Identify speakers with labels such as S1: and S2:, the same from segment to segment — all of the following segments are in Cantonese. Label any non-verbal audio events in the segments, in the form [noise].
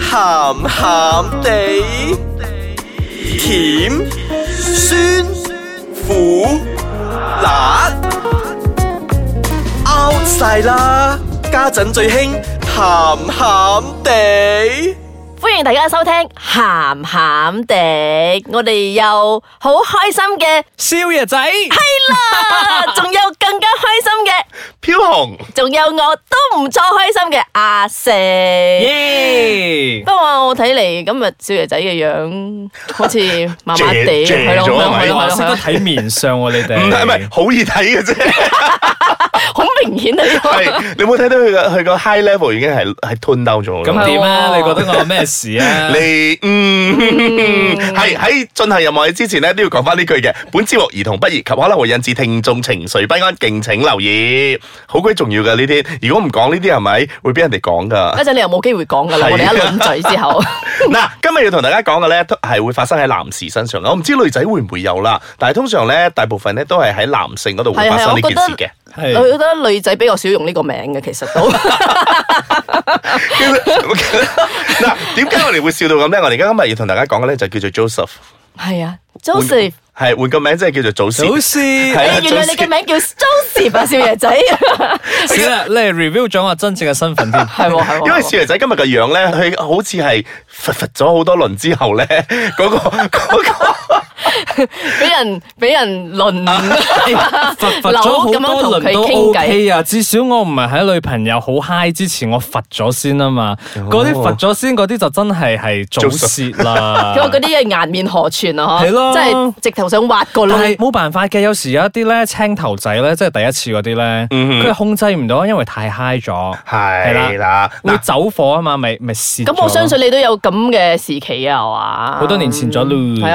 S1: 鹹鹹地，甜酸苦辣 out 晒啦！家陣最興鹹鹹地。
S2: 歡迎大家收聽鹹鹹地，我哋又好開心嘅
S3: 宵夜仔， [laughs]
S2: 係啦，仲有更加開心嘅，
S4: 飄紅，
S2: 仲有我都唔錯開心嘅阿四。
S3: 耶！
S2: 不過我睇嚟今日少爺仔嘅樣好似麻麻地，
S4: [laughs] 謝謝
S2: 係咯係
S4: 咗
S2: 咯
S4: 係咪
S2: 係
S3: 哇，
S2: 咯
S3: 識
S2: 係
S3: 得
S2: 咯，
S3: 睇面相喎，你
S4: 唔
S3: 哋
S4: 係唔係，好易睇嘅
S3: [laughs]
S4: 啫。
S2: 好明顯啊！呢個
S4: 係你有冇睇到佢個佢個 high level 已經係係 turn down 咗㗎啦
S3: 咁
S2: 係
S3: 點
S2: 喎
S3: 啊？你覺得我有咩事啊？
S4: [laughs] 你嗯係喺進行任何嘢之前咧，都要講翻呢句嘅。本節目兒童不宜及可能會引致聽眾情緒不安，敬請留意。好鬼重要嘅呢啲，如果唔講呢啲係咪會俾人哋講噶？
S2: [laughs] 一陣你又冇機會講噶啦，
S4: 係
S2: 我哋一輪嘴之後，
S4: 嗱，今日要同大家講嘅咧，都係會發生喺男士身上嘅。我唔知女仔會唔會有啦，但係通常咧，大部分咧都係喺男性嗰度會
S2: 係啊
S4: 發
S2: 係啊
S4: 生呢件
S2: 我
S4: 事
S2: 覺得
S4: 嘅。
S2: 我
S3: [laughs]
S2: 覺
S3: 係
S2: 得女仔比較少用呢個名嘅，其
S3: [laughs]
S2: 實都
S4: [laughs] 嗱，點解我哋會笑到咁咧？我哋而家今日要同大家講嘅咧就叫做 Joseph，
S2: 係啊
S4: 換
S2: ，Joseph。
S4: 係換個名即係叫做祖先。
S3: 早先
S4: 係啊
S2: 原來你嘅名叫 Joseph
S3: [laughs]
S2: 啊，少爺仔，係
S3: 死啦！你係 reveal 咗我真正嘅身
S2: [laughs]
S3: 份添。
S2: 喎係喎，
S4: 因為少爺仔今日個樣咧，佢好似係佛佛咗好多輪之後咧， [laughs] 嗰、個嗰、 [laughs]
S2: 俾人俾人輪， [laughs]
S3: 罰罰哎咗好
S2: 咁
S3: 多輪都
S2: 樣同佢傾偈
S3: OK 啊，至少我唔係喺女朋友好 high 之前我罰咗先啊嘛，
S4: 哦
S3: 嗰啲罰咗先嗰啲就真係係早泄
S2: [laughs]
S3: 啦。
S2: 佢話啊嗰啲係顏面何存啊，
S3: 係
S2: 嗬，
S3: 咯
S2: 即係直頭想挖個
S3: 但
S2: 窿，
S3: 係冇辦法嘅，有時有一啲咧青頭仔咧，即係第一次嗰啲咧，佢係控制唔到，因為太 high 咗，
S4: 嗯係啦，
S3: 會
S4: 嗱，
S3: 走火啊嘛，咪咪蝕咗
S2: 咁我相信你都有咁嘅時期啊，係嘛？
S3: 好多年前咗咯
S2: 係
S3: [laughs]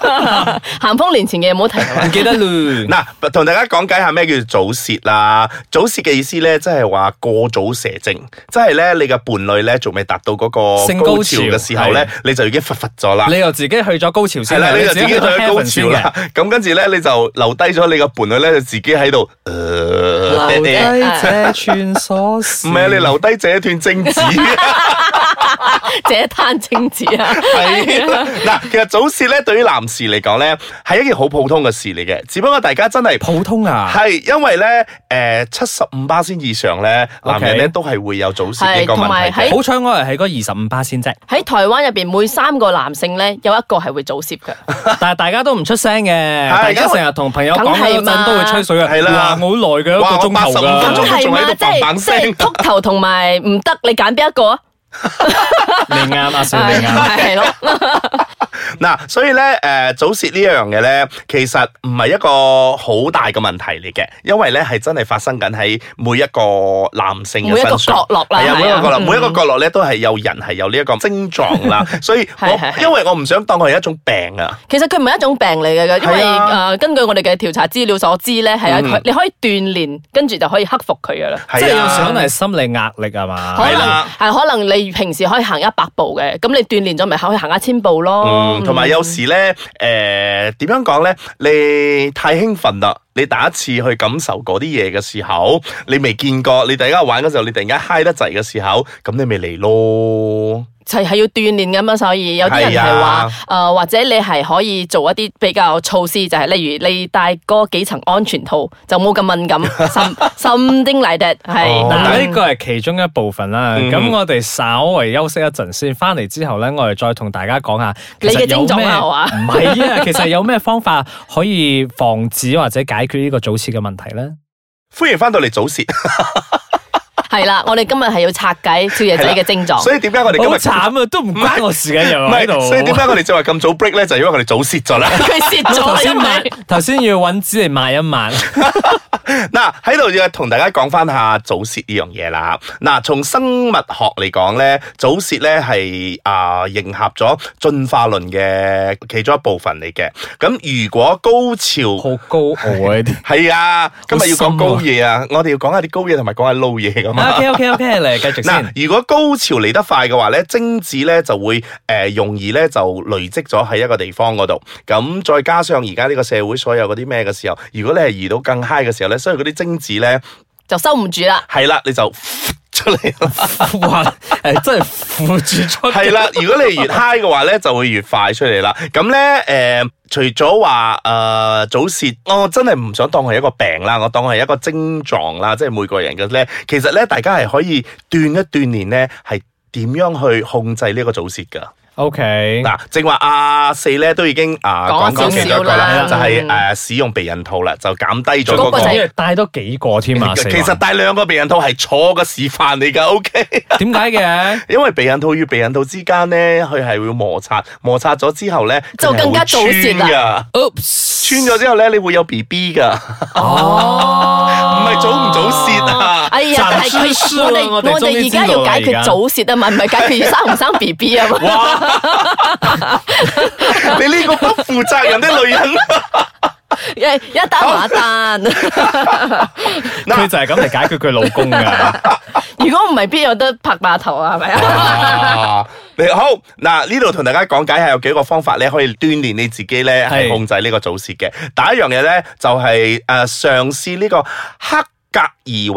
S2: 啊，咸豐年前嘅嘢唔好提啦。
S3: 唔記得啦。
S4: 嗱，同大家講解下咩叫做早泄啦。早泄嘅意思咧，即係話過早射精，即係咧你嘅伴侶咧仲未達到嗰個
S3: 性
S4: 高
S3: 高
S4: 潮
S3: 潮
S4: 嘅時候咧
S3: 係，
S4: 你就已經佛佛咗啦。
S3: [laughs] 你又自己去咗高潮
S4: 係
S3: 先啊
S4: 啦，你就自己去
S3: 咗
S4: 咗高
S3: heaven 先
S4: 潮
S3: 嘅
S4: 啦。。咁跟住咧，你就留低咗你個伴侶咧，就自己喺度，呃
S2: 留低
S4: [laughs] 唔
S3: 這串鎖
S4: [laughs]
S3: 匙
S4: 係啊你留低這段精 [laughs] 子。
S2: 這一攤精子啊， [laughs]
S4: 係啦嗱，其實早泄咧，對於男士嚟講咧，係一件好普通嘅事嚟嘅，只不過大家
S2: [laughs]
S4: 真係
S3: 普通啊，
S4: 係因為咧，誒七十五巴仙以上咧，男
S3: OK
S4: 人咧都係會有早泄呢個
S2: 係同埋
S4: 問題嘅
S2: 喺。
S3: 好彩我係喺嗰二十五巴先啫，
S2: 喺台灣入邊每三個男性咧有一個係會早泄嘅，
S3: 但係大家都唔出聲嘅，大家成日同朋友講嗰
S2: 梗係嘛
S3: 陣都會吹水啊，
S4: 係啦
S3: 哇我好耐嘅一
S4: 哇
S3: 個
S4: 我
S3: 鐘頭
S4: 85
S2: 咁
S4: 分鐘
S3: 㗎，
S4: 佢
S2: 係
S4: 仲喺
S2: 嘛？
S4: 度
S2: 即
S4: 砰
S2: 係
S4: 砰
S2: 即
S4: 聲
S2: 係禿頭同埋唔得，你揀邊一個啊？
S3: 你啱啊阿 Sir，你啱。
S2: 係咯，
S4: 嗱，所以咧，誒、早泄呢樣嘢咧，其實唔係一個好大嘅問題嚟嘅，因為咧係真係發生緊喺每一個男性嘅
S2: 每一個
S4: 身上
S2: 角落啦
S4: 係
S2: 係
S4: 啊，
S2: 啊
S4: 每一個角落，
S2: 嗯
S4: 每一個角落咧都係有人係有呢一個症狀啦，所以
S2: [laughs] 係係
S4: 我
S2: 係
S4: 因為我唔想當佢係一種病啊。
S2: 其實佢唔係一種病嚟嘅，因為
S4: 係
S2: 誒、
S4: 啊
S2: 呃根據我哋嘅調查資料所知咧，係啊，
S4: 嗯
S2: 佢你可以鍛鍊，跟住就可以克服佢噶啦。
S4: 係啊
S3: 即係有時可能係心理壓力係嘛？
S2: 可
S4: 係
S2: 能
S4: 啦
S2: 係可能你平時可以行一百步嘅，咁你鍛鍊咗咪可以行一千步咯。
S3: 哦
S4: 嗯，同埋有時咧，誒、點樣講咧？你太興奮啦！你第一次去感受嗰啲嘢嘅時候，你未見過，你突然間玩嗰時候，你突然間嗨得滯嘅時候，咁你咪嚟咯。
S2: 就係要鍛鍊噶嘛，所以有啲人係
S4: 係
S2: 話
S4: 啊
S2: 誒，或者你係可以做一啲比較措施，就係、例如你戴嗰幾層安全套，就冇咁敏
S4: [laughs]
S2: 感，心心丁嚟嘅係。
S4: 哦
S3: 嗱，
S2: 嗱
S3: 呢個係其中一部分啦。
S4: 嗯
S3: 咁我哋稍為休息一陣先，翻嚟之後咧，我哋再同大家講下
S2: 你嘅
S3: 其實有
S2: 症狀啊
S3: 咩唔係啊，其 [laughs] 實有咩方法可以防止或者解決呢個早泄嘅問題咧？
S4: 歡迎翻到嚟早泄，
S2: 係啦，我哋今日係要拆解少爺仔嘅症狀。
S4: [laughs] 所以點解我哋今
S3: 好
S4: 日
S3: 慘啊，都唔關我事嘅又
S4: 唔
S3: 喺度
S4: 係，。所以點解我哋就話咁早 break 咧？就係因為我哋早泄咗啦。
S2: 佢蝕
S3: 我頭
S2: 咗，
S3: 先
S2: 因
S4: [laughs]
S3: 抹
S2: 為，
S3: 頭先要揾紙嚟抹一抹。
S4: 嗱，喺度要同大家講翻下早泄呢樣嘢啦。嗱，從生物學嚟講咧，早泄咧係啊迎合咗進化論嘅其中一部分嚟嘅。咁如果高潮
S3: 好高傲啊！ [laughs] 呢啲。
S4: 係啊，今日要
S3: 好深
S4: 講
S3: 啊
S4: 高嘢啊，我哋要講下啲高嘢同埋講下撈嘢咁啊。
S3: OK OK OK，嚟繼續
S4: 嗱
S3: 先，。
S4: 如果高潮嚟得快嘅話咧，精子咧就會誒、呃容易咧就累積咗喺一個地方嗰度。咁再加上而家呢個社會所有嗰啲咩嘅時候，如果你係遇到更 high 嘅時候咧，所以嗰啲精子咧
S3: [laughs]
S2: 就收唔住啦。
S4: 係啦，你就出嚟
S2: [laughs]
S4: 啦。
S3: 哇！诶，真係付住出
S4: 系啦，如果你越 high 嘅話咧，就會越快出嚟啦。咁咧，诶、除咗話诶早泄，我真係唔想當係一個病啦，我當係一個症狀啦，即係每個人嘅咧，其實咧，大家係可以鍛一鍛炼咧，係點樣去控制呢個早泄噶？
S3: O K，
S4: 嗱，正話阿四咧都已經啊
S2: 講
S4: 講
S2: 咗
S4: 講其
S2: 少
S4: 中一個啦
S2: 啦，
S4: 就係
S2: 嗯
S4: 诶使用避孕套啦，就減低咗
S2: 嗰個
S4: 嗰個
S2: 就。係
S3: 帶多幾個添啊！
S4: [laughs] 其實帶兩個避孕套係錯嘅示範嚟㗎，OK。
S3: 點解
S4: [laughs]
S3: 嘅？
S4: 因為避孕套與避孕套之間咧，佢係會摩擦，摩擦咗之後咧，
S2: 就更加早泄啦
S4: 噶。
S3: Oops，
S4: 穿咗之後咧，你會有 B B 噶，
S3: [laughs]
S4: 唔
S3: 哦，
S4: 係早唔早泄啊？
S2: 哎呀，但係
S3: 暫時
S2: 佢
S3: 輸
S2: 我
S3: 啦
S2: 哋
S3: 我哋
S2: 我
S3: 終
S2: 哋
S3: 於
S2: 而
S3: 知
S2: 家
S3: 道啦
S2: 要解
S3: 而家
S2: 決早泄啊嘛，唔係解
S3: [laughs]
S2: 決生唔生 B B 啊嘛。
S4: [laughs] 你呢個不負責任的女人，
S2: [laughs] 一一單還一
S3: [laughs]
S2: 單，
S3: 佢就係咁嚟解決佢老公 [laughs] 噶。
S2: 如果唔係，邊有得拍碼頭啊？係咪啊？
S4: 哇你好嗱，呢度同大家講解下有幾個方法咧，可以鍛炼你自己咧，係
S3: 係
S4: 控制呢個早泄嘅。第一樣嘢咧，就係诶嘗試呢個黑格爾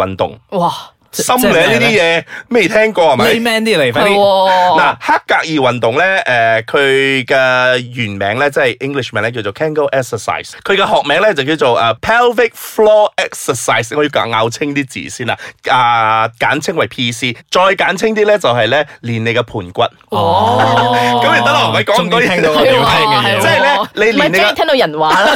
S4: 運動，
S2: [laughs] 哇，
S4: 心
S3: 即係
S4: 理
S3: 咩
S4: 呢啲嘢未聽過係咪？
S3: Lay man 啲嚟，快
S2: 係
S3: 啲。
S4: 嗱
S2: 喎，，
S4: 黑格爾運動咧，誒、呃佢嘅原名咧，即係 English 名咧，叫做 Kegel Exercise。佢嘅學名咧就叫做誒、呃 Pelvic Floor Exercise。我要咬咬清啲字先啦，啊、簡稱為 PC，再簡稱啲咧就係咧練你嘅盤骨。
S3: 哦
S4: 咁你得啦唔係講咁多嘢
S3: 終於聽到我
S2: 係
S3: 要
S2: 喎
S3: 聽嘅嘢
S4: 即
S3: 喎。
S4: 係呢
S2: 係喎
S4: 你連
S2: 唔係
S4: 你
S2: 終
S4: 個
S2: 於聽到人話啦。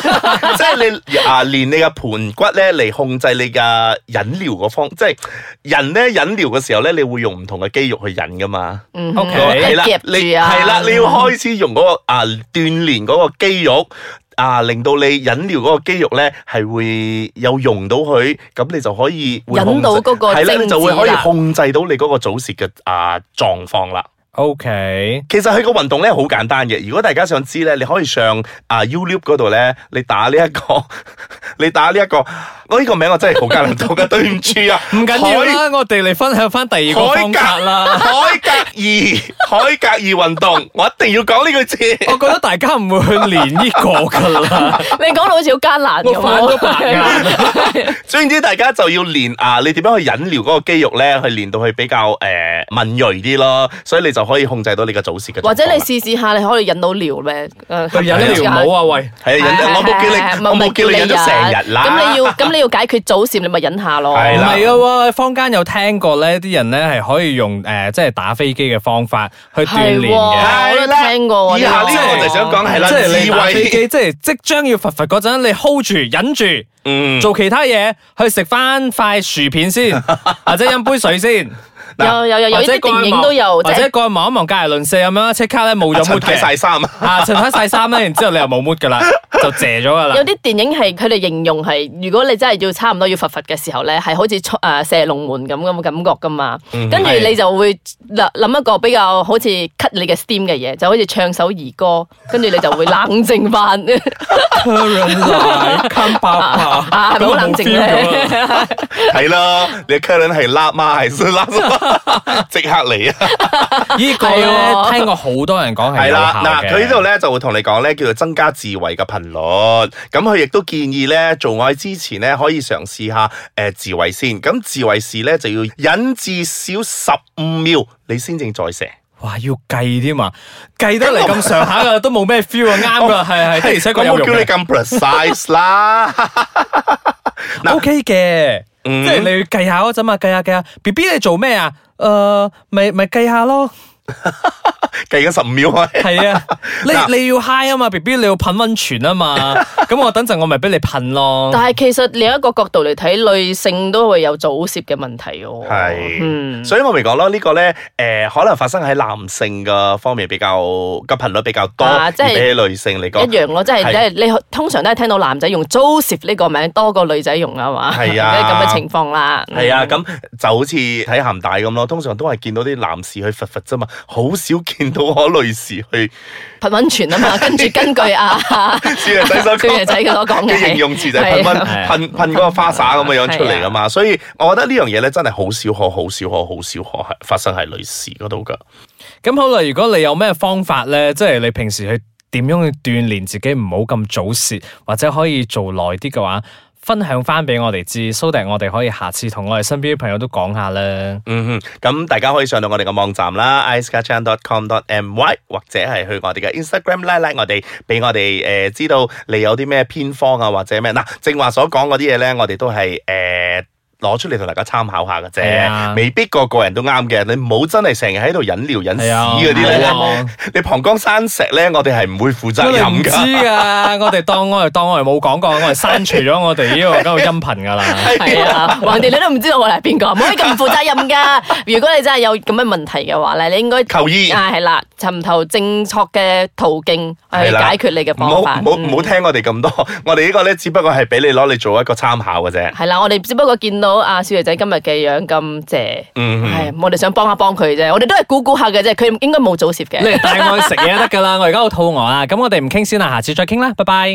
S3: [laughs]
S4: 即係你啊，練你嘅盤骨咧嚟控制你嘅引尿嗰方，即係人咧引尿嘅時候咧，你會用唔同嘅肌肉去引噶嘛。
S2: 嗯
S3: OK
S4: 係啦，
S2: 夾
S4: 你
S2: 住啊，
S4: 係
S3: à,
S4: 啦，你
S3: ừ.
S4: 要開始用嗰、個啊鍛炼嗰個肌肉。啊！令到你引尿嗰個肌肉咧係會有用到佢，咁你就可以會控制
S2: 引到嗰個
S4: 係啦，你就會可
S2: 精
S4: 以
S2: 子啦
S4: 控制到你嗰個早泄嘅啊狀況啦。
S3: O K，
S4: 其實佢個運動咧好簡單嘅，如果大家想知咧，你可以上啊 YouTube 嗰度咧，你打呢、一個， [laughs] 你打呢、一個，我呢個名我真係好艱難讀嘅， [laughs] 對唔住啊，
S3: 唔緊要
S4: 海
S3: 啦，我哋嚟分享翻第二個方法啦。
S4: [laughs] 海格爾，海格爾運動， [laughs] 我一定要講呢個字。 [laughs]
S3: 我覺得大家唔會去練呢個噶 [laughs] 啦，
S2: 你講到好似好艱難咁
S3: 我反咗白眼。
S2: 喎。
S4: 總言之，大家就要練啊，你點樣去引療嗰個肌肉咧，去練到佢比較诶、呃敏鋭啲咯，所以你就可以控制到你嘅早泄嘅狀況
S2: [laughs]
S4: 啦。
S2: 或者你試試下，你可以引到尿呃咩？
S3: 佢
S2: 佢
S3: 忍條冇啊，喂！
S4: 係啊，
S2: 係
S4: 引我冇叫
S2: 係係
S4: 你，我冇叫你引咗成日啦。
S2: 咁你要咁你要解決早泄，你咪忍下咯。
S4: 係
S3: 唔
S4: 啦
S3: 係啊喎，坊間有聽過咧，啲人咧係可以用誒、呃即係打飛機嘅方法去鍛
S2: 係
S3: 鍊嘅。
S2: 喎，我都聽過喎。
S4: 以下呢
S2: 個
S4: 個我就想講係
S3: 哦
S4: 啦，
S3: 即係你
S4: 智
S3: 打飛
S4: 慧，
S3: 機，即係即將要罰罰嗰陣，你 hold 住、忍住，
S4: 嗯，
S3: 做其他嘢，去食翻塊薯片
S4: [laughs]
S3: 先，或者飲杯水先，
S2: 有有有有
S3: 或者
S2: 啲
S3: 過
S2: 電
S3: 去
S2: 影
S3: 望
S2: 都有，即
S3: 或者
S2: 係
S3: 過去望一望隔離鄰舍咁樣，即刻咧冇咗
S4: 阿啊陳
S3: mood
S4: 睇晒
S3: 嘅。
S4: 衫啊。
S3: 啊，襯翻晒衫咧，然之後你又冇 mood
S4: [laughs]
S3: 噶啦，就謝咗噶啦 [laughs]
S2: 有。啲電影係佢哋形容係，如果你真係要差唔多要罰罰嘅時候咧，係好似出誒射龍門咁咁嘅感覺噶嘛。跟住
S3: 係
S2: 你就會諗諗一個比較好似 cut 你嘅 steam 嘅嘢，就好似唱首兒歌，跟住你就會冷靜翻。
S3: 冚爆
S2: 啊啊係咪好冷靜咧？ [laughs]
S4: 係咯，你客人係辣媽還是
S3: [laughs]
S4: 辣媽？即刻嚟啊！
S3: 呢個
S2: 係喎
S3: 咧，聽過好多人講係
S4: 係
S3: 有
S4: 啦，
S3: 效
S4: 嗱，
S3: 嘅
S4: 佢呢度咧就會同你講咧，叫做增加智慧嘅頻率。咁佢亦都建議咧，做愛之前咧可以嘗試下诶、呃自慰先。咁呃自慰時咧就要忍至少十五秒，你先正再射。
S3: 哇，要計添啊，計得嚟咁上下噶，都冇咩 feel 啊，啱
S4: [laughs]
S3: 噶，係係的而且確
S4: 哦咁
S3: 有
S4: 我
S3: 用
S4: 叫你
S3: 嘅
S4: 咁 precise 啦。
S3: ，OK 嘅，
S4: 嗯
S3: 即係你要計下嗰陣嘛，計下計下，B B 你做咩啊？誒，咪咪計下咯，
S4: 計緊十五秒啊！
S3: 係
S4: [laughs]
S3: 啊，
S4: 嗱
S3: 你你要 high 啊嘛，B B 你要噴温泉啊嘛，
S4: [laughs]
S3: 咁我等陣我咪俾你噴咯。
S2: 但係其實另一個角度嚟睇，女性都會有早泄嘅問題喎。
S4: 係
S2: 嗯，
S4: [laughs] 所以我咪講咯，呢個咧，誒可能發生喺男性嘅方面比較嘅頻率比較多，
S2: 啊
S4: 而
S2: 即係
S4: 比起女性嚟
S2: 一
S4: 講。
S2: 樣咯，即係即
S4: 係
S2: 係你通常都係聽到男仔用 Joseph 呢個名多過女仔用啊嘛，
S4: 係啊
S2: 即係咁嘅情況啦。
S4: 係啊，咁就好似睇鹹帶咁咯，通常都係見到啲男士去罰罰啫嘛，好少見到我女士去 [laughs]
S2: 噴温泉啊嘛，跟住根據啊
S4: 少爺仔所
S2: 少爺
S4: 講
S2: 仔佢所講
S4: 嘅
S2: 嘅
S4: 形容詞就係噴
S2: 係
S4: 蚊
S2: 啊
S3: 係啊啊
S4: 噴噴嗰個花灑咁嘅樣出嚟噶嘛，所以我覺得呢樣嘢咧真係好少可、好少可、好少可係發生喺女士嗰度噶。
S3: 咁好啦，如果你有咩方法咧，即係你平時去點樣去鍛炼自己唔好咁早泄，或者可以做耐啲嘅話，分享翻俾我哋知，蘇迪我哋可以下次同我哋身邊啲朋友都講下啦。
S4: 嗯哼，咁大家可以上到我哋嘅網站啦，icekacang.com.my，或者係去我哋嘅 Instagram 拉拉我哋，俾我哋誒、呃知道你有啲咩偏方啊，或者咩嗱，正話所講嗰啲嘢咧，我哋都係誒。呃攞出嚟同大家參考下嘅
S3: 係
S4: 啫，
S3: 啊
S4: 未必個個人都啱嘅。你唔好真係成日喺度引尿引屎
S3: 係啊，
S4: 嗰啲咧，
S3: 唔好啊
S4: 你膀胱山石咧，我哋係唔會負責
S3: 我哋唔
S4: 任㗎。
S3: 知噶，我哋當我哋當我哋冇講過，我哋刪除咗我哋呢個咁嘅音頻噶啦。
S2: 系啊，橫掂你都唔知道我係邊個，唔可以咁唔負責任噶。如果你真係有咁嘅問題嘅話咧，你應該
S4: 求醫
S2: 啊，係啦，尋求正確嘅途徑去
S4: 係啦
S2: 解決你嘅
S4: 唔好
S2: 方
S4: 唔
S2: 法。嗯
S4: 好唔好聽我哋咁多，我哋呢個咧只不過係俾你攞嚟做一個參考嘅啫。
S2: 系啦，我哋只不過見到阿少爺仔今日嘅樣咁謝，
S4: 嗯哼
S2: 係我哋想幫下幫佢啫，我哋都係估估下嘅啫，佢應該冇早泄嘅
S3: 你。嚟帶我去食嘢得噶啦，我而家好肚餓啊！咁我哋唔傾先啦，下次再傾啦，拜拜。